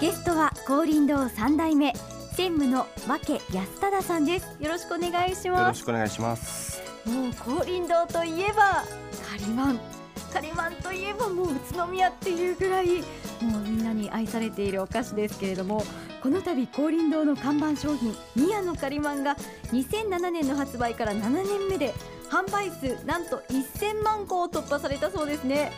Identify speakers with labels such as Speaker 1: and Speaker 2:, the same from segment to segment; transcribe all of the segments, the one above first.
Speaker 1: ゲストは高林堂三代目専務の和家康忠さんですよろしくお願いし
Speaker 2: よろ
Speaker 1: ます
Speaker 2: しくお願いします。
Speaker 1: もう高林堂といえばカリマンカリマンといえばもう宇都宮っていうぐらいもうみんなに愛されているお菓子ですけれどもこの度高林堂の看板商品宮のカリマンが2007年の発売から7年目で販売数なんと1000万個を突破されたそうですね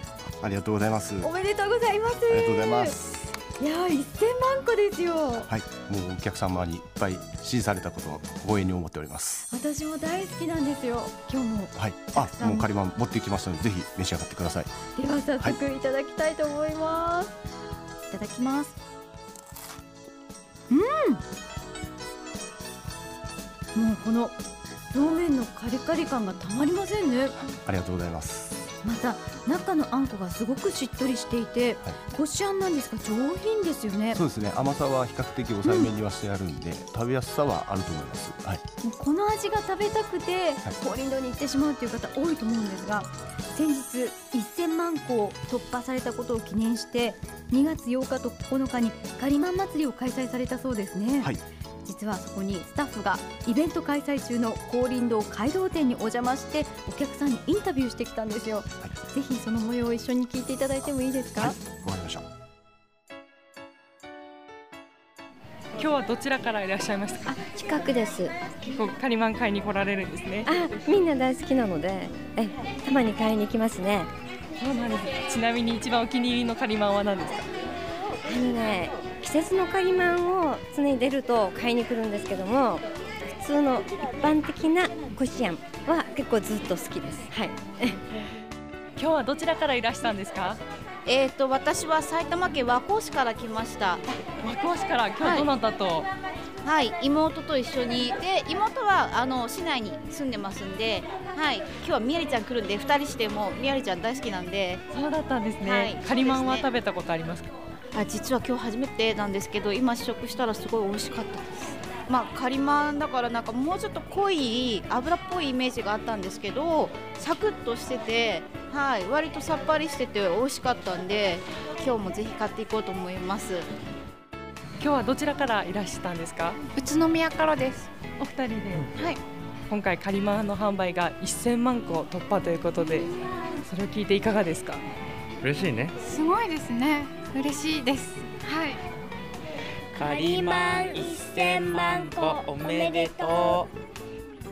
Speaker 2: ありがとうございます。あ
Speaker 1: おめでとうございます
Speaker 2: りがとうございます。
Speaker 1: いやー1000万個ですよ
Speaker 2: はい、もうお客様にいっぱい支持されたことを光栄に思っております。
Speaker 1: 私も大好きなんですよ今日も
Speaker 2: はい、あ、もうカリマン持ってきましたので、ぜひ召し上がってください。
Speaker 1: では早速いただきたいと思います、い、ただきますうんもうこの表面のカリカリ感がたまりませんね
Speaker 2: ありがとうございます。
Speaker 1: また中のあんこがすごくしっとりしていて、
Speaker 2: はい
Speaker 1: こしあんなんですが上品ですよね
Speaker 2: そうですね、甘さは比較的抑えめにはしてあるんで、食べやすさはあると思います。はい、
Speaker 1: もうこの味が食べたくて高林堂に行ってしまうという方多いと思うんですが先日1000万個を突破されたことを記念して2月8日と9日にカリマン祭りを開催されたそうですね、
Speaker 2: はい
Speaker 1: 実はそこにスタッフがイベント開催中の高林堂街道店にお邪魔してお客さんにインタビューしてきたんですよ、ぜひその模様を一緒に聞いていただいてもいいですか、
Speaker 2: はいわかりました。
Speaker 3: 今日はどちらからいらっしゃいましたか
Speaker 4: あ近くです
Speaker 3: 結構カリマン会に来られるんですね
Speaker 4: あみんな大好きなのでえたまに買いに行きますね
Speaker 3: そうなんですちなみに一番お気に入りのカリマンは何ですか
Speaker 4: あのね季節のカリマンを常に出ると買いに来るんですけども普通の一般的なこしあんは結構ずっと好きですはい
Speaker 3: 今日はどちらからいらしたんですか
Speaker 5: えー、と私は埼玉県和光市から来ました、
Speaker 3: 和光市から今日どなたと、
Speaker 5: はい、妹と一緒にで妹はあの市内に住んでますんで、はい、今日はみやりちゃん来るんで2人してもみやりちゃん大好きなんで
Speaker 3: そうだったんですね、
Speaker 5: はい
Speaker 3: カリマンは
Speaker 5: そうで
Speaker 3: 食べ
Speaker 5: す
Speaker 3: たことありますか
Speaker 5: あ実は今日初めてなんですけど今試食したらすごい美味しかったです。まあ、カリマンだからなんかもうちょっと濃い油っぽいイメージがあったんですけどサクッとしてて、はい、割とさっぱりしてて美味しかったんで今日もぜひ買っていこうと思います。
Speaker 3: 今日はどちらからいらしたんですか
Speaker 6: 宇都宮からです
Speaker 3: お二人で、
Speaker 6: はい
Speaker 3: 今回カリマンの販売が1000万個突破ということでそれを聞いていかがですか
Speaker 7: 嬉しいね
Speaker 6: すごいですね嬉しいですはい
Speaker 8: カリマン1000万個おめでとう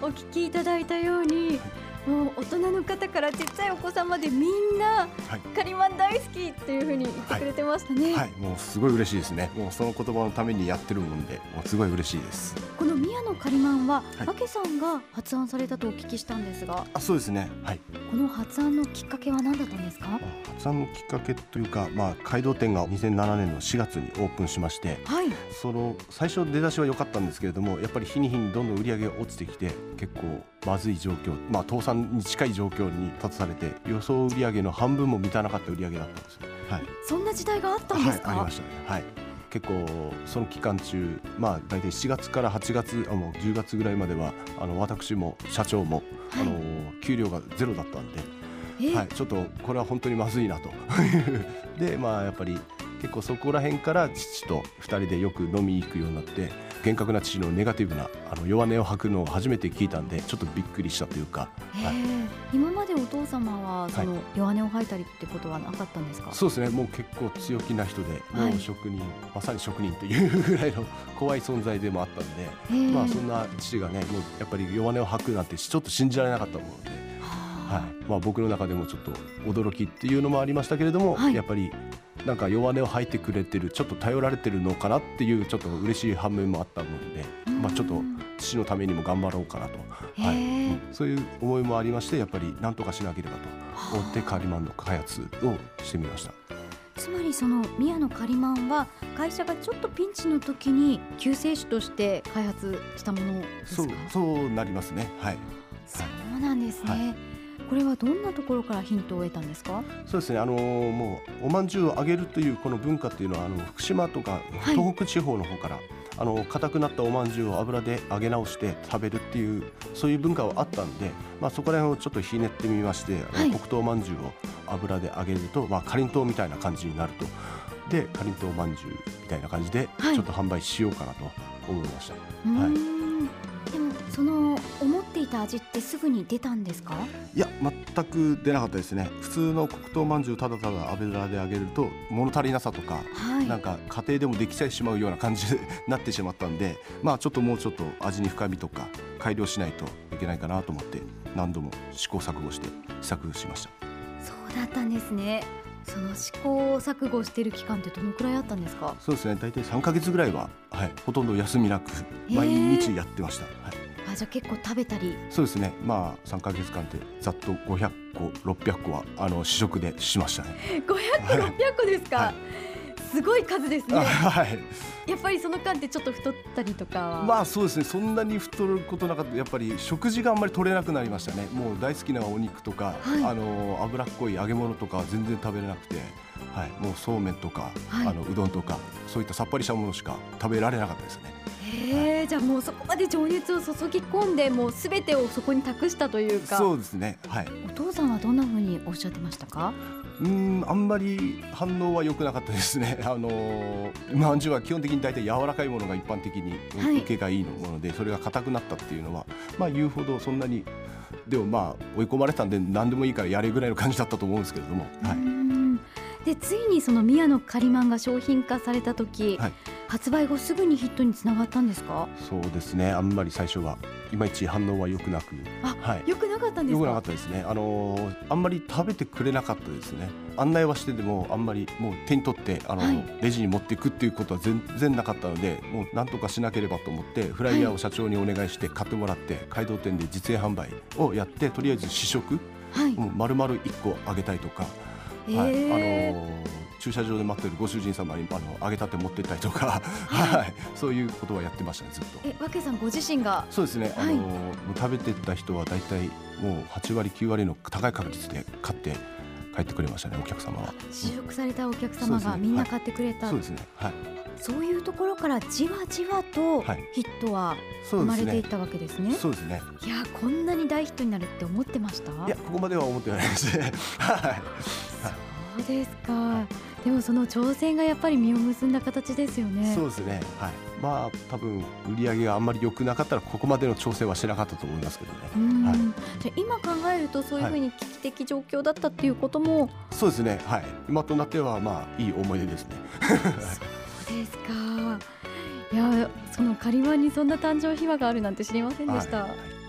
Speaker 1: お聞きいただいたようにもう大人の方からちっちゃいお子さんまでみんな、
Speaker 2: はい
Speaker 1: カリマン大好きっていうふうに言ってくれてましたね、
Speaker 2: はい、もうすごい嬉しいですね。もうその言葉のためにやってるもんで、もうすごい嬉しいです。
Speaker 1: この宮野カリマンは、
Speaker 2: はい
Speaker 1: わけさんが発案されたとお聞きしたんですが
Speaker 2: あ、そうですね。はい。
Speaker 1: この発案のきっかけは何だったんですか
Speaker 2: まあ発案のきっかけというか、まあ、街道店が2007年の4月にオープンしまして
Speaker 1: はい
Speaker 2: その最初出だしは良かったんですけれどもやっぱり日に日にどんどん売り上げが落ちてきて結構まずい状況、まあ、倒産に近い状況に立たされて予想売り上げの半分も満たなかった売り上げだったんですよ。はい
Speaker 1: そんな時代があったんですか、
Speaker 2: はい、ありましたね。はい結構その期間中、まあ、大体7月から8月あもう10月ぐらいまではあの私も社長も、
Speaker 1: はい
Speaker 2: あの給料がゼロだったんで、
Speaker 1: え
Speaker 2: はい、ちょっとこれは本当にまずいなと でまあやっぱり結構そこら辺から父と2人でよく飲みに行くようになって厳格な父のネガティブなあの弱音を吐くのを初めて聞いたんでちょっとびっくりしたというか
Speaker 1: えー今までお父様はその弱音を吐いたりってことはなかったんですか、
Speaker 2: そうですねもう結構強気な人で
Speaker 1: はい
Speaker 2: もう職人、まさに職人というぐらいの怖い存在でもあったんで、
Speaker 1: えー
Speaker 2: まあそんな父がねもうやっぱり弱音を吐くなんてちょっと信じられなかったもので。は
Speaker 1: はい
Speaker 2: まあ、僕の中でもちょっと驚きっていうのもありましたけれども、
Speaker 1: はい
Speaker 2: やっぱりなんか弱音を吐いてくれてるちょっと頼られてるのかなっていうちょっと嬉しい反面もあったもので、
Speaker 1: い
Speaker 2: まあ、ちょっ
Speaker 1: う
Speaker 2: と
Speaker 1: ん
Speaker 2: 父のためにも頑張ろうかなと、
Speaker 1: へ
Speaker 2: はい
Speaker 1: ー
Speaker 2: うんそういう思いもありましてやっぱりなんとかしなければと思ってカリマンの開発をしてみました。
Speaker 1: つまりその宮野カリマンは会社がちょっとピンチの時に救世主として開発したものですか
Speaker 2: そうそうなりますね、はい、
Speaker 1: そうなんですね、
Speaker 2: は
Speaker 1: これはどんなところからヒントを得たんですか
Speaker 2: そうですね、あのーもうお饅頭をあげるというこの文化っていうのはあの福島とか
Speaker 1: はい
Speaker 2: 東北地方の方から、あの硬くなったお饅頭を油で揚げ直して食べるっていうそういう文化はあったんで、まあ、そこら辺をちょっとひねってみまして、あの
Speaker 1: はい
Speaker 2: 黒糖饅頭を油で揚げると、まあ、かりんとうみたいな感じになるとでかりんとうまんじゅうみたいな感じで
Speaker 1: はい
Speaker 2: ちょっと販売しようかなと思いました、
Speaker 1: うーん
Speaker 2: はい
Speaker 1: でもその思っていた味ってすぐに出たんですか
Speaker 2: いや全く出なかったですね普通の黒糖まんじゅうただただ油で揚げると物足りなさとか
Speaker 1: はい
Speaker 2: なんか家庭でもできちゃいしまうような感じになってしまったんで まあちょっともうちょっと味に深みとか改良しないといけないかなと思って何度も試行錯誤して試作しました
Speaker 1: そうだったんですねその試行錯誤してる期間ってどのくらいあったんですか
Speaker 2: そうですね大体3ヶ月ぐらいは、はい、ほとんど休みなく
Speaker 1: へー
Speaker 2: 毎日やってました、はい、
Speaker 1: あじゃあ結構食べたり
Speaker 2: そうですねまあ3ヶ月間でざっと500個600個はあの試食でしましたね
Speaker 1: 500個600個ですか、
Speaker 2: はい
Speaker 1: すごい数ですね
Speaker 2: あ はい
Speaker 1: やっぱりその間ってちょっと太ったりとかは、
Speaker 2: まあそうですねそんなに太ることなかったやっぱり食事があんまり取れなくなりましたねもう大好きなお肉とか、
Speaker 1: はい
Speaker 2: あの脂っこい揚げ物とか全然食べれなくて、はい、もうそうめんとか、
Speaker 1: はい
Speaker 2: あのうどんとかそういったさっぱりしたものしか食べられなかったですね
Speaker 1: へえじゃあもうそこまで情熱を注ぎ込んでもうすべてをそこに託したというか
Speaker 2: そうですねはい
Speaker 1: お父さんはどんな風におっしゃってましたか
Speaker 2: うーんあんまり反応は良くなかったですね。 あのー、まんじゅうは基本的に大体柔らかいものが一般的に
Speaker 1: はい
Speaker 2: 受けがいいもので、それが硬くなったっていうのはまあ言うほどそんなにでもまあ追い込まれたんで何でもいいからやれぐらいの感じだったと思うんですけれども、は
Speaker 1: う
Speaker 2: い、
Speaker 1: んでついにその宮野カリマンが商品化された時、
Speaker 2: はい
Speaker 1: 発売後すぐにヒットにつながったんですか
Speaker 2: そうですね。あんまり最初はいまいち反応は良くなく、
Speaker 1: あ
Speaker 2: はい。
Speaker 1: 良くなかったんです
Speaker 2: 良
Speaker 1: か
Speaker 2: くなかったですね。あのーあんまり食べてくれなかったですね。案内はしててもあんまりもう手に取ってあの、
Speaker 1: はい
Speaker 2: レジに持っていくっていうことは全然なかったので、もうなんとかしなければと思ってフライヤーを社長にお願いして買ってもらって、街道店で実演販売をやってとりあえず試食、
Speaker 1: はい、
Speaker 2: もう丸々一個あげたりとか、
Speaker 1: え
Speaker 2: はい、
Speaker 1: え
Speaker 2: あのー駐車場で待ってるご主人様にあの揚げたて持ってったりとか、
Speaker 1: はい
Speaker 2: はい、そういうことはやってましたねずっと。
Speaker 1: えわけさんご自身が
Speaker 2: そうですね、
Speaker 1: はい
Speaker 2: あのもう食べてた人は大体もう8割9割の高い確率で買って帰ってくれましたねお客様は
Speaker 1: 試食されたお客
Speaker 2: そう
Speaker 1: 様
Speaker 2: です
Speaker 1: が
Speaker 2: ね
Speaker 1: みんな
Speaker 2: はい
Speaker 1: 買ってくれた、
Speaker 2: そうですねはい
Speaker 1: そういうところからじわじわと
Speaker 2: はい
Speaker 1: ヒットは
Speaker 2: そ
Speaker 1: 生
Speaker 2: うで
Speaker 1: ますれてい
Speaker 2: ね
Speaker 1: ったわけですね。
Speaker 2: そうですね
Speaker 1: いやこんなに大ヒットになるって思ってました
Speaker 2: いやここまでは思ってないで すねはい
Speaker 1: そうですかでもその挑戦がやっぱり実を結んだ形ですよね。
Speaker 2: そうですねはいまあ多分売り上げがあんまり良くなかったらここまでの調整はしてなかったと思いますけどね
Speaker 1: うん
Speaker 2: はい
Speaker 1: じゃあ今考えるとそういうふうに危機的状況だったっていうことも、
Speaker 2: そうですねはい今となってはまあいい思い出ですね
Speaker 1: そうですかいやそのカリマンにそんな誕生秘話があるなんて知りませんでした、
Speaker 2: はい